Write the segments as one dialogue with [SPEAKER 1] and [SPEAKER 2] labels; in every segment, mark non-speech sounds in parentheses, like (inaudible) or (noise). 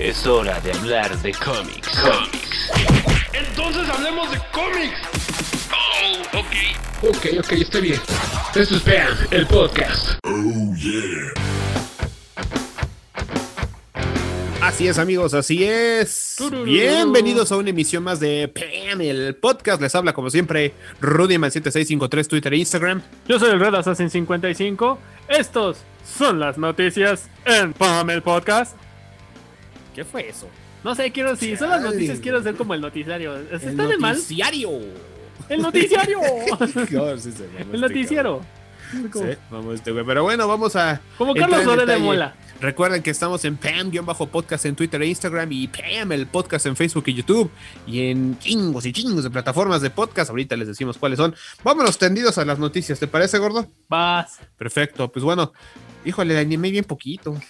[SPEAKER 1] Es hora de hablar de cómics. Cómics.
[SPEAKER 2] Entonces hablemos de cómics. Oh, ok.
[SPEAKER 3] Ok, ok, está bien. Esto es Bam, el podcast.
[SPEAKER 4] Así es, amigos, así es. Bienvenidos a una emisión más de PAM, el podcast. Les habla, como siempre, Rudyman7653, Twitter e Instagram.
[SPEAKER 5] Yo soy el Red Assassin 55. Estos son las noticias en Pam el Podcast. ¿Qué fue eso? No sé, quiero si son las
[SPEAKER 4] Chale.
[SPEAKER 5] noticias, quiero hacer como el noticiario. ¿Está
[SPEAKER 4] El
[SPEAKER 5] de mal?
[SPEAKER 4] noticiario. (laughs)
[SPEAKER 5] El noticiario.
[SPEAKER 4] Dios, sí se mamó este
[SPEAKER 5] el noticiero.
[SPEAKER 4] cabrón. Sí, mamó este güey. Pero bueno, vamos a.
[SPEAKER 5] Como
[SPEAKER 4] entrar
[SPEAKER 5] Carlos
[SPEAKER 4] en
[SPEAKER 5] Ore de
[SPEAKER 4] detalle.
[SPEAKER 5] Mola.
[SPEAKER 4] Recuerden que estamos en PAM-podcast en Twitter e Instagram y PAM el podcast en Facebook y YouTube y en chingos y chingos de plataformas de podcast. Ahorita les decimos cuáles son. Vámonos tendidos a las noticias. ¿Te parece, gordo?
[SPEAKER 5] Vas.
[SPEAKER 4] Perfecto, pues bueno, híjole, la animé bien poquito.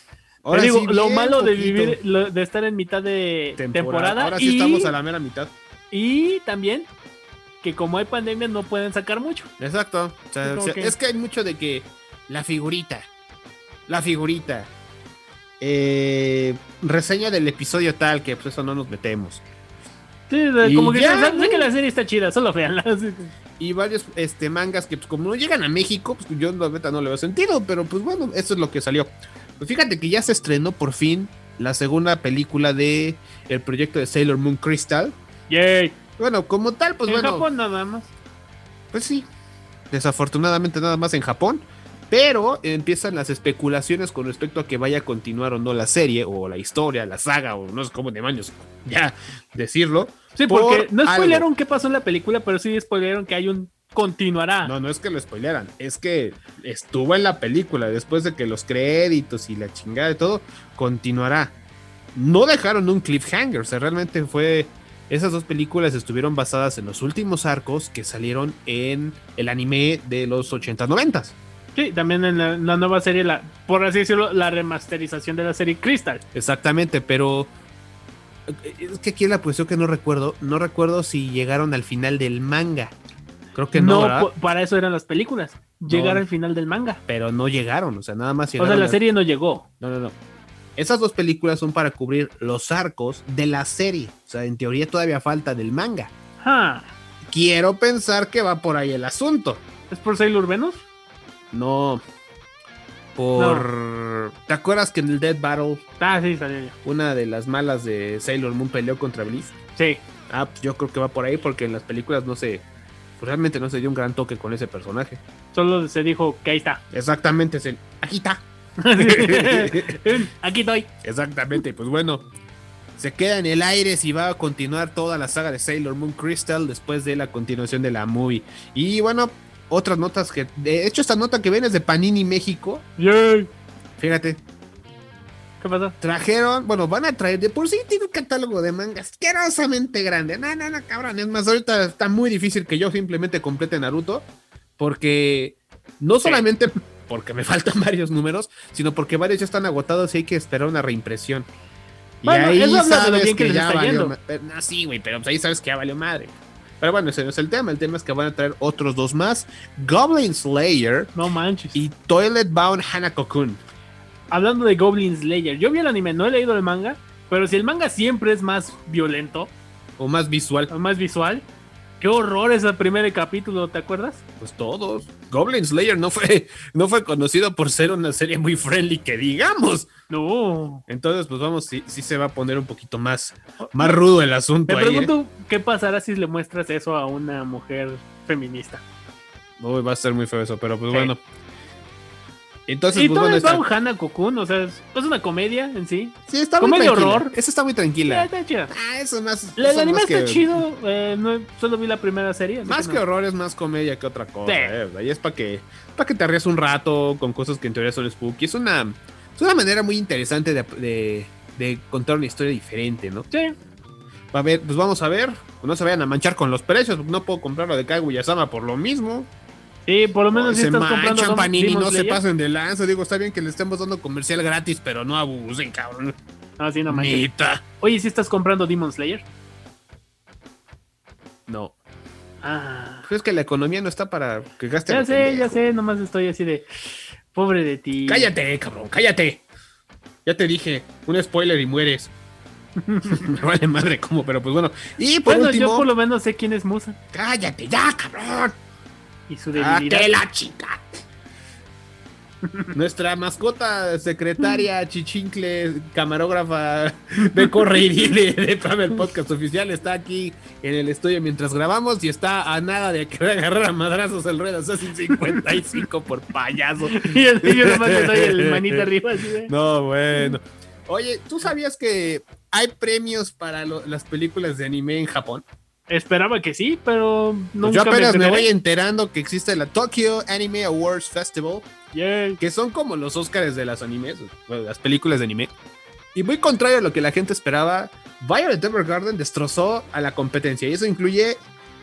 [SPEAKER 5] Te digo,
[SPEAKER 4] sí,
[SPEAKER 5] lo
[SPEAKER 4] bien
[SPEAKER 5] malo de
[SPEAKER 4] poquito.
[SPEAKER 5] vivir, lo- de estar en mitad de temporada,
[SPEAKER 4] Ahora
[SPEAKER 5] y,
[SPEAKER 4] sí estamos a la mera mitad.
[SPEAKER 5] y también que como hay pandemia no pueden sacar mucho.
[SPEAKER 4] Exacto. O sea,
[SPEAKER 5] Es como
[SPEAKER 4] o sea,
[SPEAKER 5] que-
[SPEAKER 4] Es que hay mucho de que la figurita, la figurita, eh, reseña del episodio tal, que pues eso no nos metemos.
[SPEAKER 5] Sí, o sea,
[SPEAKER 4] Y
[SPEAKER 5] como que
[SPEAKER 4] ya,
[SPEAKER 5] o sea,
[SPEAKER 4] ¿no?
[SPEAKER 5] sé que la serie está chida, solo veanla.
[SPEAKER 4] Y varios este, mangas que pues como no llegan a México, pues yo la neta no le veo sentido, pero pues bueno, eso es lo que salió. Pues fíjate que ya se estrenó por fin la segunda película de el proyecto de Sailor Moon Crystal.
[SPEAKER 5] (laughs) Yay.
[SPEAKER 4] Bueno, como tal, pues
[SPEAKER 5] en
[SPEAKER 4] bueno.
[SPEAKER 5] Japón nada más.
[SPEAKER 4] Pues sí, desafortunadamente nada más en Japón. Pero empiezan las especulaciones con respecto a que vaya a continuar o no la serie, o la historia, la saga, o no sé cómo demonios (laughs) ya decirlo.
[SPEAKER 5] Sí, porque
[SPEAKER 4] por
[SPEAKER 5] no
[SPEAKER 4] algo.
[SPEAKER 5] spoilearon qué pasó en la película, pero sí spoilearon que hay un continuará.
[SPEAKER 4] No, no es que lo spoilearan, es que estuvo en la película, después de que los créditos y la chingada de todo, continuará. No dejaron un cliffhanger, o sea, realmente fue... Esas dos películas estuvieron basadas en los últimos arcos que salieron en el anime de los 80s, 90s.
[SPEAKER 5] Sí, también en la, la nueva serie, la, por así decirlo, la remasterización de la serie Crystal.
[SPEAKER 4] Exactamente, pero eh, es que aquí es la cuestión que no recuerdo. No recuerdo si llegaron al final del manga. Creo que no, ¿verdad?
[SPEAKER 5] po- para eso eran las películas. Llegar al final del manga.
[SPEAKER 4] pero no llegaron, o sea, nada más
[SPEAKER 5] O
[SPEAKER 4] llegaron.
[SPEAKER 5] sea, la
[SPEAKER 4] al-
[SPEAKER 5] serie no llegó.
[SPEAKER 4] No, no, no. Esas dos películas son para cubrir los arcos de la serie. O sea, en teoría todavía falta del manga.
[SPEAKER 5] Ah,
[SPEAKER 4] Quiero pensar que va por ahí el asunto.
[SPEAKER 5] ¿Es por Sailor Venus?
[SPEAKER 4] No. Por. ¿Te acuerdas que en el Dead Battle,
[SPEAKER 5] Ah, sí, salió ya.
[SPEAKER 4] una de las malas de Sailor Moon peleó contra Bliss?
[SPEAKER 5] Sí.
[SPEAKER 4] Ah, pues yo creo que va por ahí porque en las películas no se. pues realmente no se dio un gran toque con ese personaje.
[SPEAKER 5] Solo se dijo que
[SPEAKER 4] (laughs)
[SPEAKER 5] ahí está.
[SPEAKER 4] Exactamente, es el. Aquí (laughs) está.
[SPEAKER 5] Aquí estoy.
[SPEAKER 4] Exactamente, pues bueno. Se queda en el aire si va a continuar toda la saga de Sailor Moon Crystal después de la continuación de la movie. Y bueno, otras notas que. De hecho, esta nota que ven es de Panini México.
[SPEAKER 5] Yay.
[SPEAKER 4] Fíjate,
[SPEAKER 5] ¿Qué pasó?
[SPEAKER 4] trajeron, bueno, van a traer, de por sí tiene un catálogo de manga asquerosamente grande. No, no, no, cabrón. Es más, ahorita está muy difícil que yo simplemente complete Naruto. Porque no solamente porque me (laughs) faltan varios números, sino porque varios ya están agotados y hay que esperar una reimpresión.
[SPEAKER 5] Bueno,
[SPEAKER 4] y ahí
[SPEAKER 5] eso habla de lo
[SPEAKER 4] sabes
[SPEAKER 5] bien que
[SPEAKER 4] que,
[SPEAKER 5] les
[SPEAKER 4] ya
[SPEAKER 5] está
[SPEAKER 4] valió
[SPEAKER 5] yendo.
[SPEAKER 4] ma- pero, no, sí, güey, pero pues ahí sabes que ya valió madre. Pero bueno, ese no es el tema. El tema es que van a traer otros dos más: Goblin Slayer
[SPEAKER 5] No manches.
[SPEAKER 4] y Toilet Bound Hanako-kun.
[SPEAKER 5] hablando de Goblin Slayer, yo vi el anime, no he leído el manga, pero si el manga siempre es más violento,
[SPEAKER 4] O más visual.
[SPEAKER 5] o más visual, Qué horror ese primer capítulo, ¿te acuerdas?
[SPEAKER 4] Pues todos. Goblin Slayer no fue, (laughs) no fue conocido por ser una serie muy friendly, que digamos.
[SPEAKER 5] No.
[SPEAKER 4] Entonces, pues vamos, sí, sí se va a poner un poquito más, más rudo el asunto.
[SPEAKER 5] Me
[SPEAKER 4] ahí, ¿eh?
[SPEAKER 5] pregunto qué pasará si le muestras eso a una mujer feminista.
[SPEAKER 4] ¿eh? Uy, va a ser muy feo eso, pero pues
[SPEAKER 5] Sí.
[SPEAKER 4] bueno. Entonces,
[SPEAKER 5] y
[SPEAKER 4] pues
[SPEAKER 5] todo
[SPEAKER 4] bueno,
[SPEAKER 5] es
[SPEAKER 4] está-
[SPEAKER 5] Bau Hana Kokun, o sea, es, es una comedia en sí.
[SPEAKER 4] sí, está
[SPEAKER 5] comedia
[SPEAKER 4] tranquila.
[SPEAKER 5] horror.
[SPEAKER 4] Esa está muy
[SPEAKER 5] Ya,
[SPEAKER 4] tranquila.
[SPEAKER 5] está chida.
[SPEAKER 4] Ah, eso más.
[SPEAKER 5] La- El
[SPEAKER 4] eso
[SPEAKER 5] anime
[SPEAKER 4] más
[SPEAKER 5] está
[SPEAKER 4] que-
[SPEAKER 5] chido, eh, no- solo vi la primera serie. así
[SPEAKER 4] Más que
[SPEAKER 5] no.
[SPEAKER 4] horror es más comedia que otra cosa.
[SPEAKER 5] Sí.
[SPEAKER 4] eh, y es para que, para que te rías un rato con cosas que en teoría son spooky. Es una, es una manera muy interesante de, de- de contar una historia diferente, ¿no?
[SPEAKER 5] Sí,
[SPEAKER 4] A ver, pues vamos a ver. No se vayan a manchar con los precios. porque No puedo comprar la de Kaguya-sama por lo mismo.
[SPEAKER 5] sí, por lo menos si
[SPEAKER 4] se
[SPEAKER 5] estás comprando
[SPEAKER 4] manchan,
[SPEAKER 5] Dom-
[SPEAKER 4] Panini.
[SPEAKER 5] Demon
[SPEAKER 4] No se
[SPEAKER 5] Slayer.
[SPEAKER 4] pasen de lanza. Digo, está bien que le estemos dando comercial gratis, pero no abusen, cabrón.
[SPEAKER 5] No, Ah, sí, no manches.
[SPEAKER 4] Neta.
[SPEAKER 5] Oye, si estás comprando Demon Slayer.
[SPEAKER 4] No.
[SPEAKER 5] Ah.
[SPEAKER 4] Pues es que la economía no está para que gasten.
[SPEAKER 5] Ya
[SPEAKER 4] Este lo
[SPEAKER 5] sé,
[SPEAKER 4] pendejo.
[SPEAKER 5] ya sé, nomás estoy así de. Pobre de ti.
[SPEAKER 4] Cállate, cabrón, cállate. Ya te dije, un spoiler y mueres. (laughs) Me vale madre cómo, pero pues bueno. Y por
[SPEAKER 5] Bueno, yo
[SPEAKER 4] último,
[SPEAKER 5] por lo menos sé quién es Musa
[SPEAKER 4] cállate ya, cabrón.
[SPEAKER 5] y su
[SPEAKER 4] Ah,
[SPEAKER 5] debilidad.
[SPEAKER 4] que la chica. Nuestra mascota secretaria, chichincle, camarógrafa de correr y de, de Pavel Podcast Oficial está aquí en el estudio mientras grabamos y está a nada de que agarrar a madrazos el Red Assassin 55 por payaso.
[SPEAKER 5] (laughs) Y así yo nomás le
[SPEAKER 4] (laughs)
[SPEAKER 5] doy el manita arriba. así de-
[SPEAKER 4] No, bueno. Oye, ¿tú sabías que hay premios para lo- las películas de anime en Japón?
[SPEAKER 5] Esperaba que sí, pero
[SPEAKER 4] Pues
[SPEAKER 5] nunca
[SPEAKER 4] yo apenas me,
[SPEAKER 5] enteré.
[SPEAKER 4] voy enterando que existe la Tokyo Anime Awards Festival,
[SPEAKER 5] Yay.
[SPEAKER 4] que son como los Oscars de las animes, bueno, las películas de anime. Y muy contrario a lo que la gente esperaba, Violet Evergarden destrozó a la competencia y eso incluye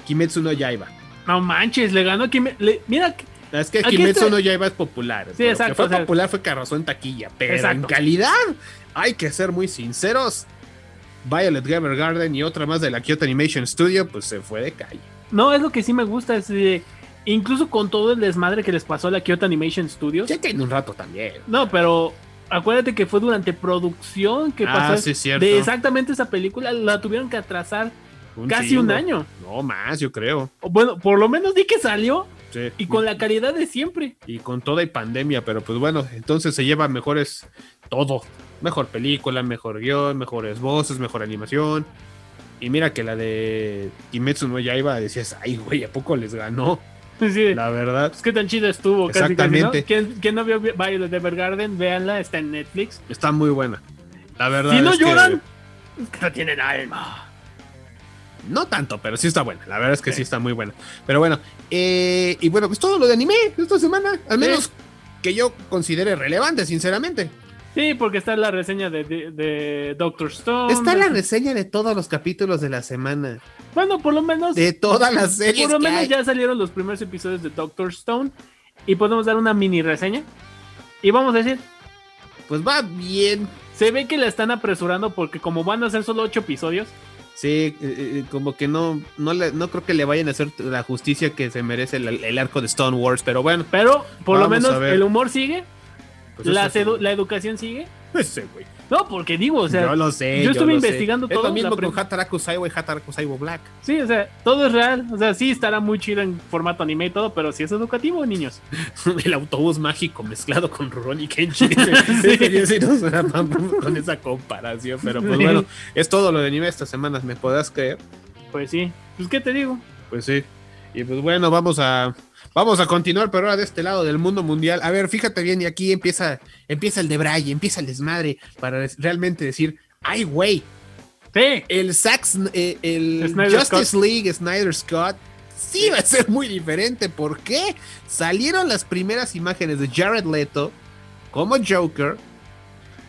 [SPEAKER 4] Kimetsu no Yaiba.
[SPEAKER 5] No manches, le ganó aquí. me- le- Mira, que-
[SPEAKER 4] Es que
[SPEAKER 5] Aquí
[SPEAKER 4] Kimetsu
[SPEAKER 5] está-
[SPEAKER 4] no Yaiba es popular. pero
[SPEAKER 5] exacto,
[SPEAKER 4] Que fue
[SPEAKER 5] o sea-
[SPEAKER 4] popular fue que arrasó en taquilla, pero en
[SPEAKER 5] Exacto.
[SPEAKER 4] calidad hay que ser muy sinceros. Violet Evergarden y otra más de la Kyoto Animation Studio, pues se fue de calle.
[SPEAKER 5] no es lo que sí me gusta. Es de- incluso con todo el desmadre que les pasó a la Kyoto Animation Studios.
[SPEAKER 4] Ya que en un rato también.
[SPEAKER 5] No, pero acuérdate que fue durante producción que pasó.
[SPEAKER 4] Ah, sí, es cierto.
[SPEAKER 5] De exactamente esa película la tuvieron que atrasar
[SPEAKER 4] Un
[SPEAKER 5] casi
[SPEAKER 4] chingo.
[SPEAKER 5] un año.
[SPEAKER 4] No más, yo creo.
[SPEAKER 5] O Bueno, por lo menos di que salió
[SPEAKER 4] Sí.
[SPEAKER 5] y con la calidad de siempre.
[SPEAKER 4] y con toda y pandemia, pero pues bueno, entonces se lleva mejores todo. Mejor película, mejor guión, mejores voces, mejor animación. Y mira que la de Kimetsu no Yaiba decías, ay güey, ¿a poco les ganó?
[SPEAKER 5] Sí,
[SPEAKER 4] La verdad.
[SPEAKER 5] pues qué tan chido estuvo. Casi, casi, ¿no?
[SPEAKER 4] Exactamente.
[SPEAKER 5] ¿Quién, quién no vio Violet Evergarden? Véanla, está en Netflix.
[SPEAKER 4] Está muy buena. La verdad.
[SPEAKER 5] Si no
[SPEAKER 4] es que-
[SPEAKER 5] lloran, es que no tienen alma.
[SPEAKER 4] no tanto, pero sí está buena. La verdad es que sí, está muy buena. Pero bueno, eh, y bueno, pues todo lo de anime de esta semana. Al
[SPEAKER 5] Sí.
[SPEAKER 4] menos que yo considere relevante, sinceramente.
[SPEAKER 5] Sí, porque está la reseña de, de- de Doctor Stone.
[SPEAKER 4] Está la reseña de todos los capítulos de la semana.
[SPEAKER 5] Bueno, por lo menos.
[SPEAKER 4] De todas las series.
[SPEAKER 5] Por lo
[SPEAKER 4] que
[SPEAKER 5] menos
[SPEAKER 4] hay.
[SPEAKER 5] ya salieron los primeros episodios de Doctor Stone y podemos dar una mini reseña. Y vamos a decir,
[SPEAKER 4] Pues va bien.
[SPEAKER 5] se ve que la están apresurando porque como van a ser solo ocho episodios,
[SPEAKER 4] Sí, eh, eh, como que no, no, le- no creo que le vayan a hacer la justicia que se merece el, el arco de Stone Wars, pero bueno.
[SPEAKER 5] pero por lo
[SPEAKER 4] Vamos a
[SPEAKER 5] menos
[SPEAKER 4] ver.
[SPEAKER 5] el humor sigue,
[SPEAKER 4] pues
[SPEAKER 5] la,
[SPEAKER 4] eso- (laughs)
[SPEAKER 5] sedu- la educación sigue.
[SPEAKER 4] Ese güey.
[SPEAKER 5] No, porque digo, o sea,
[SPEAKER 4] yo lo sé.
[SPEAKER 5] yo estuve
[SPEAKER 4] lo sé.
[SPEAKER 5] investigando
[SPEAKER 4] Es
[SPEAKER 5] todo,
[SPEAKER 4] lo mismo
[SPEAKER 5] la
[SPEAKER 4] con
[SPEAKER 5] pre-
[SPEAKER 4] Hataraku Saibo y Hataraku Saibo Black. (laughs)
[SPEAKER 5] sí, o sea, todo es real, o sea, sí estará muy chido en formato anime y todo, pero sí es educativo, niños.
[SPEAKER 4] el autobús mágico mezclado con Rurouni
[SPEAKER 5] (laughs)
[SPEAKER 4] Kenshin. Sí, nos amamos (laughs) con esa comparación, pero pues
[SPEAKER 5] Sí.
[SPEAKER 4] bueno, es todo lo de anime estas semanas, ¿me podrás creer?
[SPEAKER 5] Pues sí, pues qué te digo.
[SPEAKER 4] Pues sí. Y pues bueno, vamos a vamos a continuar, pero ahora de este lado del mundo mundial. A ver, fíjate bien, y aquí empieza empieza el debraye, empieza el desmadre para des- realmente decir, ay güey,
[SPEAKER 5] Sí,
[SPEAKER 4] el Sax eh, el
[SPEAKER 5] Snyder
[SPEAKER 4] Justice League Snyder Scott sí va a ser muy diferente. ¿Por qué? Salieron las primeras imágenes de Jared Leto como Joker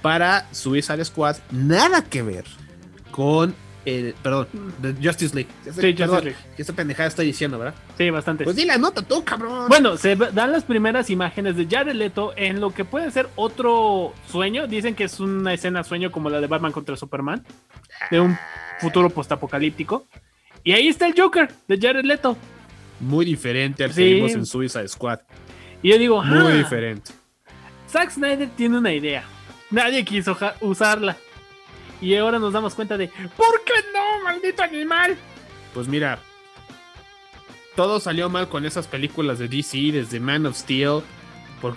[SPEAKER 4] para Suicide Squad. Nada que ver con el, perdón, de Justice League. Ya sé-
[SPEAKER 5] Mm. Sí, Justice
[SPEAKER 4] perdón,
[SPEAKER 5] League.
[SPEAKER 4] Esta pendejada estoy diciendo, ¿verdad?
[SPEAKER 5] sí, bastante.
[SPEAKER 4] Pues di la nota tú, cabrón.
[SPEAKER 5] Este, Bueno, se ve- dan las primeras imágenes de Jared Leto en lo que puede ser otro sueño. Dicen que es una escena sueño como la de Batman contra Superman, de un futuro postapocalíptico. Y ahí está el Joker de Jared Leto.
[SPEAKER 4] muy diferente al que
[SPEAKER 5] Sí.
[SPEAKER 4] vimos en Suicide Squad.
[SPEAKER 5] Y yo digo,
[SPEAKER 4] Muy
[SPEAKER 5] "Ah,
[SPEAKER 4] diferente.
[SPEAKER 5] Zack Snyder tiene una idea. Nadie quiso ja- usarla. Y ahora nos damos cuenta de, ¿por qué no, maldito animal?
[SPEAKER 4] Pues mira, todo salió mal con esas películas de DC, desde Man of Steel, por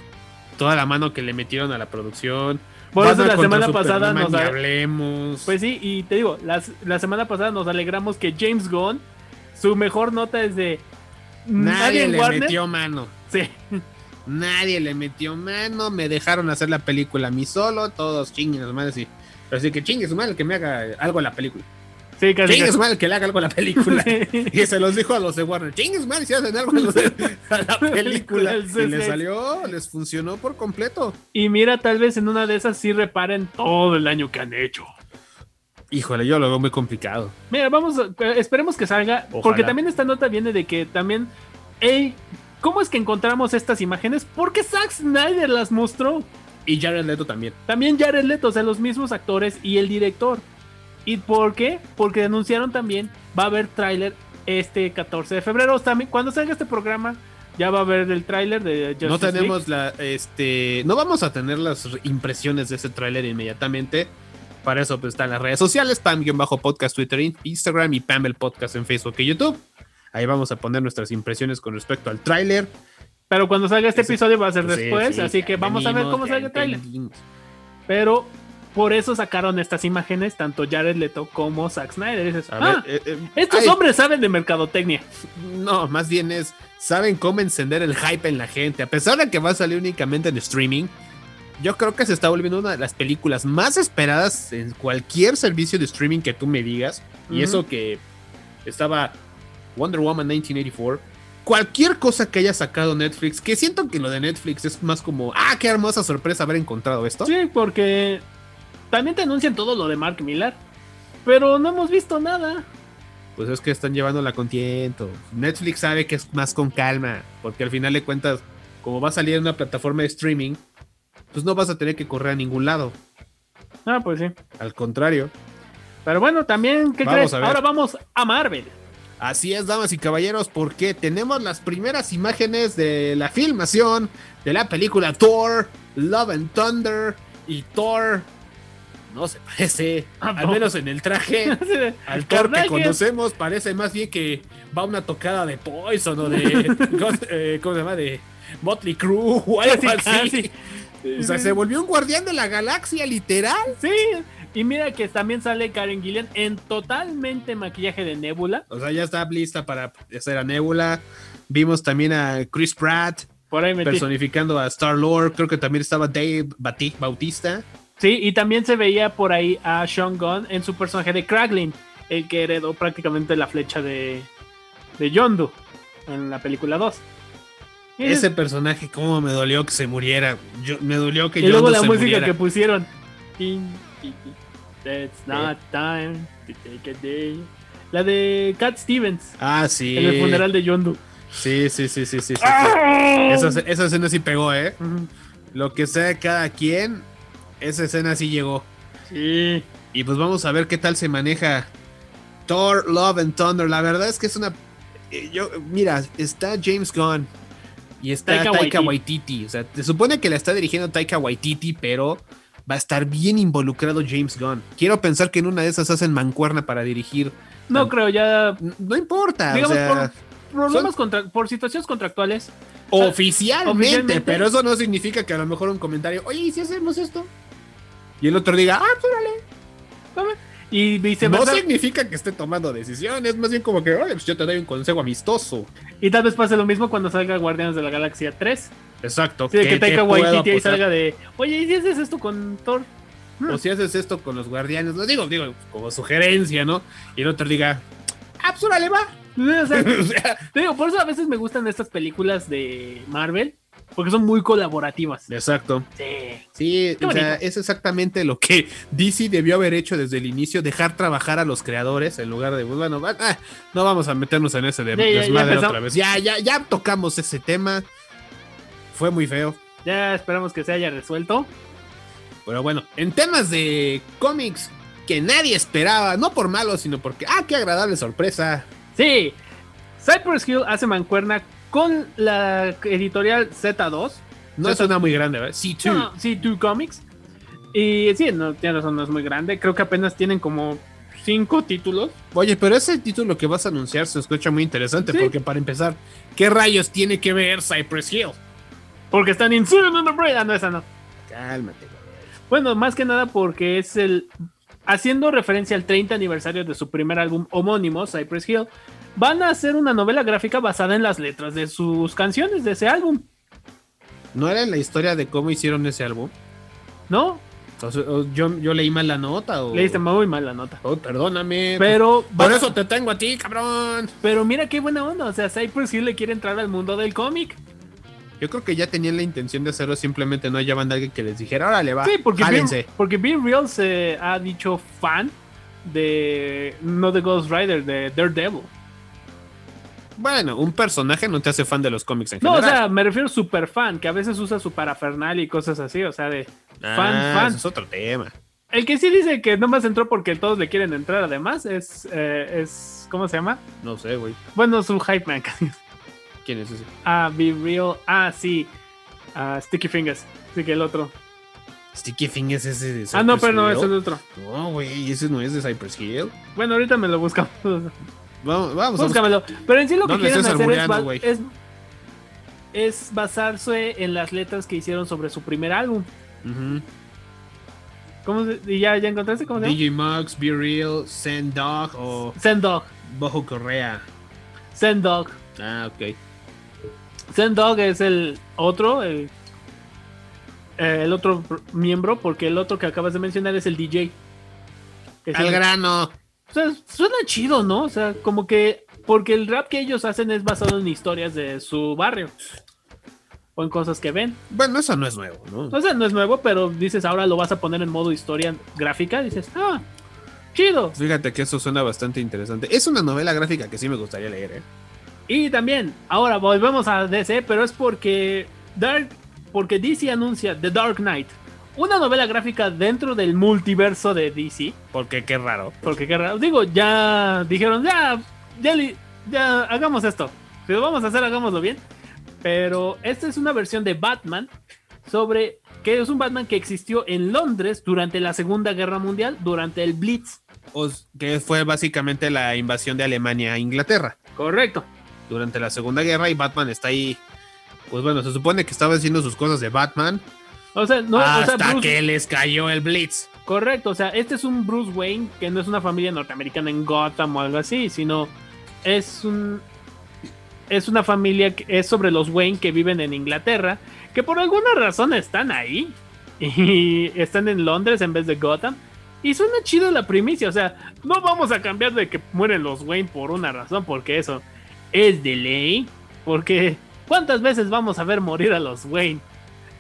[SPEAKER 4] toda la mano que le metieron a la producción.
[SPEAKER 5] Por eso
[SPEAKER 4] Batman
[SPEAKER 5] la
[SPEAKER 4] contra
[SPEAKER 5] semana pasada
[SPEAKER 4] Superman,
[SPEAKER 5] nos
[SPEAKER 4] ni
[SPEAKER 5] a-
[SPEAKER 4] hablemos.
[SPEAKER 5] Pues sí, y te digo, las- la semana pasada nos alegramos que James Gunn, su mejor nota es de
[SPEAKER 4] nadie
[SPEAKER 5] en
[SPEAKER 4] le
[SPEAKER 5] Warner-
[SPEAKER 4] metió mano.
[SPEAKER 5] Sí,
[SPEAKER 4] Nadie le metió mano, me dejaron hacer la película a mí solo, todos chinguen su madre, sí. Así que chingue su madre el que me haga algo a la película.
[SPEAKER 5] sí, casi.
[SPEAKER 4] Chingue
[SPEAKER 5] casi.
[SPEAKER 4] su madre el que le haga algo a la
[SPEAKER 5] (laughs)
[SPEAKER 4] película.
[SPEAKER 5] Sí.
[SPEAKER 4] Y se los dijo a los de Warner, chingue su madre si hacen algo a,
[SPEAKER 5] (laughs)
[SPEAKER 4] los de- a la película. Y
[SPEAKER 5] El
[SPEAKER 4] les
[SPEAKER 5] CCS.
[SPEAKER 4] salió, les funcionó por completo.
[SPEAKER 5] Y mira, tal vez en una de esas sí reparen todo el año que han hecho.
[SPEAKER 4] Híjole, yo lo veo muy complicado.
[SPEAKER 5] Mira, vamos, a- esperemos que salga,
[SPEAKER 4] Ojalá.
[SPEAKER 5] porque también esta nota viene de que también, hey, ¿cómo es que encontramos estas imágenes? Porque Zack Snyder las mostró.
[SPEAKER 4] Y Jared Leto también.
[SPEAKER 5] También Jared Leto, o sea, los mismos actores y el director. ¿Y por qué? Porque anunciaron también, va a haber tráiler este 14 de febrero. O sea, También, cuando salga este programa, ya va a haber el tráiler de Justice
[SPEAKER 4] no tenemos
[SPEAKER 5] League.
[SPEAKER 4] la, este, no vamos a tener las re- impresiones de ese tráiler inmediatamente. Para eso pues, están las redes sociales, Pam-podcast, Twitter, in- Instagram y Pam el podcast en Facebook y YouTube. Ahí vamos a poner nuestras impresiones con respecto al tráiler.
[SPEAKER 5] Pero cuando salga este
[SPEAKER 4] Ese-
[SPEAKER 5] episodio va a ser
[SPEAKER 4] Pues, sí,
[SPEAKER 5] después,
[SPEAKER 4] sí,
[SPEAKER 5] así
[SPEAKER 4] ya
[SPEAKER 5] que vamos a ver
[SPEAKER 4] venimos,
[SPEAKER 5] cómo
[SPEAKER 4] ya
[SPEAKER 5] sale el tráiler.
[SPEAKER 4] entendimos.
[SPEAKER 5] Pero por eso sacaron estas imágenes, tanto Jared Leto como Zack Snyder. Y dices,
[SPEAKER 4] A
[SPEAKER 5] "Ah,
[SPEAKER 4] ver, eh, eh,
[SPEAKER 5] estos
[SPEAKER 4] ay,
[SPEAKER 5] hombres saben de mercadotecnia.
[SPEAKER 4] No, más bien es, saben cómo encender el hype en la gente. A pesar de que va a salir únicamente en streaming, yo creo que se está volviendo una de las películas más esperadas en cualquier servicio de streaming que tú me digas. Y
[SPEAKER 5] Ujú.
[SPEAKER 4] eso que estaba Wonder Woman 1984. Cualquier cosa que haya sacado Netflix, que siento que lo de Netflix es más como, ah, qué hermosa sorpresa haber encontrado esto.
[SPEAKER 5] Sí, porque también te anuncian todo lo de Mark Millar, pero no hemos visto nada.
[SPEAKER 4] Pues es que están llevándola con tiento. Netflix sabe que es más con calma, porque al final de cuentas, como va a salir en una plataforma de streaming, pues no vas a tener que correr a ningún lado.
[SPEAKER 5] Ah, pues sí.
[SPEAKER 4] Al contrario.
[SPEAKER 5] Pero bueno, también, ¿qué
[SPEAKER 4] Vamos
[SPEAKER 5] crees?
[SPEAKER 4] a ver.
[SPEAKER 5] Ahora vamos a Marvel.
[SPEAKER 4] Así es, damas y caballeros, porque tenemos las primeras imágenes de la filmación de la película Thor, Love and Thunder y Thor. No se parece,
[SPEAKER 5] Ah,
[SPEAKER 4] al
[SPEAKER 5] no.
[SPEAKER 4] menos en el
[SPEAKER 5] (laughs)
[SPEAKER 4] traje. (laughs) Al Thor que
[SPEAKER 5] Carnage.
[SPEAKER 4] conocemos parece más bien que va una tocada de Poison o
[SPEAKER 5] (laughs)
[SPEAKER 4] de. Ghost- eh, ¿Cómo se llama? De Motley Crue o algo
[SPEAKER 5] Casi,
[SPEAKER 4] así.
[SPEAKER 5] casi.
[SPEAKER 4] O sea, se volvió un guardián de la galaxia, literal.
[SPEAKER 5] Sí, y mira que también sale Karen Gillian en totalmente maquillaje de Nebula.
[SPEAKER 4] O sea, ya está lista para hacer a Nebula. Vimos también a Chris Pratt
[SPEAKER 5] Por ahí metí.
[SPEAKER 4] personificando a Star Lord. Creo que también estaba Dave Bati- Bautista.
[SPEAKER 5] Sí, y también se veía por ahí a Sean Gunn en su personaje de Kraglin, el que heredó prácticamente la flecha de, de Yondu en la película 2. Y,
[SPEAKER 4] Ese personaje, cómo me dolió que se muriera. Yo, me dolió que
[SPEAKER 5] y
[SPEAKER 4] yo
[SPEAKER 5] luego
[SPEAKER 4] no
[SPEAKER 5] la
[SPEAKER 4] se
[SPEAKER 5] música
[SPEAKER 4] muriera.
[SPEAKER 5] que pusieron. Tin, ti, ti. It's not time to take a day. La de Cat Stevens
[SPEAKER 4] Ah, sí.
[SPEAKER 5] en el funeral ¡Ah! de Yondu.
[SPEAKER 4] Sí, sí, sí, sí, sí. sí, sí. Esa, esa escena sí pegó, ¿eh?
[SPEAKER 5] Ujú.
[SPEAKER 4] Lo que sea de cada quien, esa escena sí llegó.
[SPEAKER 5] Sí.
[SPEAKER 4] Y pues vamos a ver qué tal se maneja Thor, Love and Thunder. La verdad es que es una. eh, Yo, mira, está James Gunn y está Taika,
[SPEAKER 5] Taika
[SPEAKER 4] Waititi. O sea, se supone que la está dirigiendo Taika Waititi, pero va a estar bien involucrado James Gunn. Quiero pensar que en una de esas hacen mancuerna para dirigir.
[SPEAKER 5] No creo, ya.
[SPEAKER 4] N- No importa. o
[SPEAKER 5] Digamos,
[SPEAKER 4] sea,
[SPEAKER 5] por problemas contra, por situaciones contractuales.
[SPEAKER 4] Oficialmente,
[SPEAKER 5] Oficialmente.
[SPEAKER 4] pero eso no significa que a lo mejor un comentario, oye, ¿y si hacemos esto? Y el otro diga, ah, pues,
[SPEAKER 5] Y
[SPEAKER 4] no
[SPEAKER 5] viceversa.
[SPEAKER 4] significa que esté tomando decisiones, más bien como que, oye, pues yo te doy un consejo amistoso.
[SPEAKER 5] Y tal vez pase lo mismo cuando salga Guardianes de la Galaxia 3.
[SPEAKER 4] Exacto.
[SPEAKER 5] Sí, de que
[SPEAKER 4] ¿qué- qué
[SPEAKER 5] Taika
[SPEAKER 4] puedo
[SPEAKER 5] Waititi ahí
[SPEAKER 4] aportar?
[SPEAKER 5] salga de, oye, ¿y si haces esto con Thor? (laughs)
[SPEAKER 4] O si haces esto con los guardianes, lo digo, digo, como sugerencia, ¿no? Y el otro diga, ah, pues órale, va. (laughs)
[SPEAKER 5] O sea,
[SPEAKER 4] O sea,
[SPEAKER 5] te digo, por eso a veces me gustan estas películas de Marvel, porque son muy colaborativas.
[SPEAKER 4] Exacto.
[SPEAKER 5] Sí.
[SPEAKER 4] Sí,
[SPEAKER 5] Qué
[SPEAKER 4] o sea,
[SPEAKER 5] bonito.
[SPEAKER 4] es exactamente lo que DC debió haber hecho desde el inicio, dejar trabajar a los creadores en lugar de, pues, bueno, va- ah, no vamos a meternos en ese de,
[SPEAKER 5] Ya, ya, ya
[SPEAKER 4] desmadre
[SPEAKER 5] empezamos.
[SPEAKER 4] otra vez. Ya, ya, ya tocamos ese tema. Fue muy feo.
[SPEAKER 5] Ya esperamos que se haya resuelto.
[SPEAKER 4] Pero bueno, en temas de cómics que nadie esperaba, no por malo, sino porque, ah, qué agradable sorpresa.
[SPEAKER 5] Sí. Cypress Hill hace mancuerna con la editorial Z2.
[SPEAKER 4] No es
[SPEAKER 5] Exacto.
[SPEAKER 4] una muy grande, ¿verdad? Sí, tú.
[SPEAKER 5] No, sí, Two Comics. Y sí, no, tiene razón, no es muy grande. Creo que apenas tienen como cinco títulos.
[SPEAKER 4] Oye, pero ese título que vas a anunciar se escucha muy interesante,
[SPEAKER 5] Sí.
[SPEAKER 4] porque para empezar, ¿qué rayos tiene que ver Cypress Hill?
[SPEAKER 5] Porque están en Soon and the Braid. Ah, no, esa no.
[SPEAKER 4] Cálmate, güey.
[SPEAKER 5] Bueno, más que nada porque es el. Haciendo referencia al 30 aniversario de su primer álbum homónimo, Cypress Hill, van a hacer una novela gráfica basada en las letras de sus canciones de ese álbum,
[SPEAKER 4] ¿No era la historia de cómo hicieron ese álbum?
[SPEAKER 5] ¿no?
[SPEAKER 4] Entonces, o yo, yo leí mal la nota o.
[SPEAKER 5] Leíste muy mal la nota.
[SPEAKER 4] Oh, perdóname.
[SPEAKER 5] Pero,
[SPEAKER 4] Por eso te tengo a ti, cabrón.
[SPEAKER 5] pero mira qué buena onda. O sea, Cypress Hill le quiere entrar al mundo del cómic.
[SPEAKER 4] Yo creo que ya tenían la intención de hacerlo, simplemente no hallaban a alguien que les dijera, órale, va.
[SPEAKER 5] Sí, porque
[SPEAKER 4] jálense".
[SPEAKER 5] Be, porque Be Real se ha dicho fan de. No de Ghost Rider, de Daredevil.
[SPEAKER 4] Bueno, un personaje no te hace fan de los cómics en
[SPEAKER 5] No, o
[SPEAKER 4] general.
[SPEAKER 5] sea, me refiero a super fan, que a veces usa su parafernalia y cosas así, o sea, de
[SPEAKER 4] Ah,
[SPEAKER 5] fan, fan.
[SPEAKER 4] eso es otro tema.
[SPEAKER 5] El que sí dice que nomás entró porque todos le quieren entrar, además, es. eh, es ¿Cómo se llama?
[SPEAKER 4] No sé, güey.
[SPEAKER 5] Bueno, su hype man. (laughs) casi.
[SPEAKER 4] ¿Quién es ese?
[SPEAKER 5] ah, Be Real. Ah, sí. Ah, Sticky Fingers. Así que el otro.
[SPEAKER 4] Sticky Fingers es ese de
[SPEAKER 5] ah, no,
[SPEAKER 4] Cypress
[SPEAKER 5] pero no,
[SPEAKER 4] Hill.
[SPEAKER 5] es el otro.
[SPEAKER 4] No, güey, ese no es de Cypress Hill.
[SPEAKER 5] Bueno, ahorita me lo buscamos.
[SPEAKER 4] Vamos, vamos. vamos.
[SPEAKER 5] Búscamelo. Pero en sí lo que
[SPEAKER 4] Pues No le
[SPEAKER 5] quieren
[SPEAKER 4] estés
[SPEAKER 5] hacer es,
[SPEAKER 4] albureando,
[SPEAKER 5] ba-
[SPEAKER 4] güey.
[SPEAKER 5] es, es basarse en las letras que hicieron sobre su primer álbum.
[SPEAKER 4] Ujú.
[SPEAKER 5] ¿Cómo se- ¿Y ya, ya encontraste cómo se llama?
[SPEAKER 4] DJ Max, Be Real, Send Dog o
[SPEAKER 5] Send Dog.
[SPEAKER 4] Bojo Correa.
[SPEAKER 5] Send Dog.
[SPEAKER 4] Ah, ok.
[SPEAKER 5] Send Dog es el otro, el, eh, el otro pr- miembro, porque el otro que acabas de mencionar es el DJ. Que
[SPEAKER 4] Al
[SPEAKER 5] sí-
[SPEAKER 4] grano.
[SPEAKER 5] o sea, suena chido, ¿no? O sea, como que. Porque el rap que ellos hacen es basado en historias de su barrio. O en cosas que ven.
[SPEAKER 4] Bueno, eso no es nuevo, ¿no?
[SPEAKER 5] O sea, no es nuevo, pero dices ahora lo vas a poner en modo historia gráfica. Dices, ah, chido.
[SPEAKER 4] Fíjate que eso suena bastante interesante. Es una novela gráfica que sí me gustaría leer, ¿eh?
[SPEAKER 5] Y también, ahora volvemos a DC, pero es porque Dark, porque DC anuncia The Dark Knight, una novela gráfica dentro del multiverso de DC.
[SPEAKER 4] Porque qué raro.
[SPEAKER 5] Porque qué raro, digo, ya dijeron, ya, ya, li- ya hagamos esto. Si lo vamos a hacer, hagámoslo bien. Pero esta es una versión de Batman sobre que es un Batman que existió en Londres durante la Segunda Guerra Mundial, durante el Blitz.
[SPEAKER 4] Os- que fue básicamente la invasión de Alemania a Inglaterra
[SPEAKER 5] Correcto.
[SPEAKER 4] durante la Segunda Guerra y Batman está ahí. Pues bueno, se supone que estaba haciendo sus cosas de Batman
[SPEAKER 5] O sea, no, o sea,
[SPEAKER 4] hasta
[SPEAKER 5] Bruce-
[SPEAKER 4] que les cayó el Blitz.
[SPEAKER 5] Correcto, o sea, este es un Bruce Wayne que no es una familia norteamericana en Gotham o algo así, sino es un es una familia que es sobre los Wayne que viven en Inglaterra, que por alguna razón están ahí (laughs) y están en Londres en vez de Gotham. Y suena chido la primicia, o sea, no vamos a cambiar de que mueren los Wayne por una razón, porque eso es de ley, porque ¿cuántas veces vamos a ver morir a los Wayne?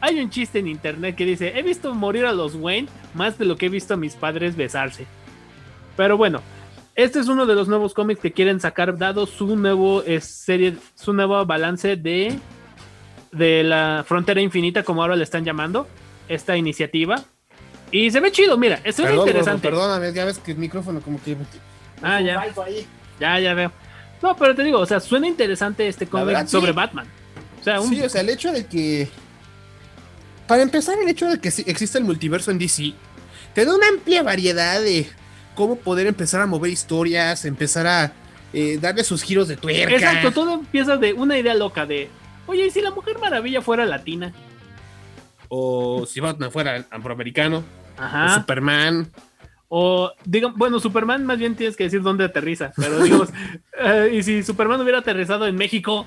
[SPEAKER 5] Hay un chiste en internet que dice, he visto morir a los Wayne más de lo que he visto a mis padres besarse. Pero bueno, este es uno de los nuevos cómics que quieren sacar dado su nuevo eh, serie, su nuevo balance de de la frontera infinita como ahora le están llamando esta iniciativa. Y se ve chido, mira, es interesante.
[SPEAKER 4] perdóname, ya ves que el micrófono como que
[SPEAKER 5] Ah, ya. Ya, ya veo. No, pero te digo, o sea, suena interesante este cómic
[SPEAKER 6] verdad, sí.
[SPEAKER 5] sobre Batman. O sea, un
[SPEAKER 6] Sí, o sea, el hecho de que.
[SPEAKER 4] Para empezar, el hecho de que sí exista el multiverso en DC te da una amplia variedad de cómo poder empezar a mover historias, empezar a eh, darle sus giros de tuerca.
[SPEAKER 5] Exacto, todo empieza de una idea loca de, oye, ¿y si la Mujer Maravilla fuera latina?
[SPEAKER 4] O si Batman fuera afroamericano, o
[SPEAKER 5] Ajá.
[SPEAKER 4] Superman.
[SPEAKER 5] O, digan, bueno, Superman más bien tienes que decir dónde aterriza,
[SPEAKER 6] (laughs)
[SPEAKER 5] pero digamos, eh, y si Superman hubiera aterrizado en México,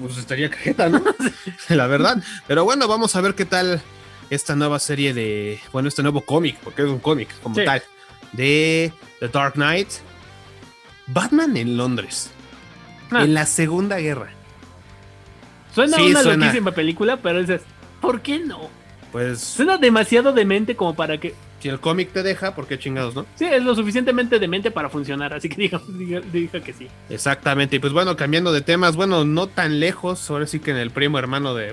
[SPEAKER 4] pues estaría cajeta, ¿no? (laughs) La verdad. Pero bueno, vamos a ver qué tal esta nueva serie de. Bueno, este nuevo cómic, porque es un cómic como
[SPEAKER 5] Sí.
[SPEAKER 4] tal. De The Dark Knight. Batman en Londres.
[SPEAKER 5] Ah.
[SPEAKER 4] En la Segunda Guerra.
[SPEAKER 5] suena
[SPEAKER 4] Sí,
[SPEAKER 5] una
[SPEAKER 4] suena.
[SPEAKER 5] loquísima película, pero dices, ¿por qué no?
[SPEAKER 4] Pues
[SPEAKER 5] Suena demasiado demente como para que,
[SPEAKER 4] si el cómic te deja, ¿por qué chingados, no?
[SPEAKER 5] sí, es lo suficientemente demente para funcionar, así que (laughs) diga, diga, diga que sí.
[SPEAKER 4] Exactamente. Y pues bueno, cambiando de temas, bueno, no tan lejos. Ahora sí que en el primo hermano de,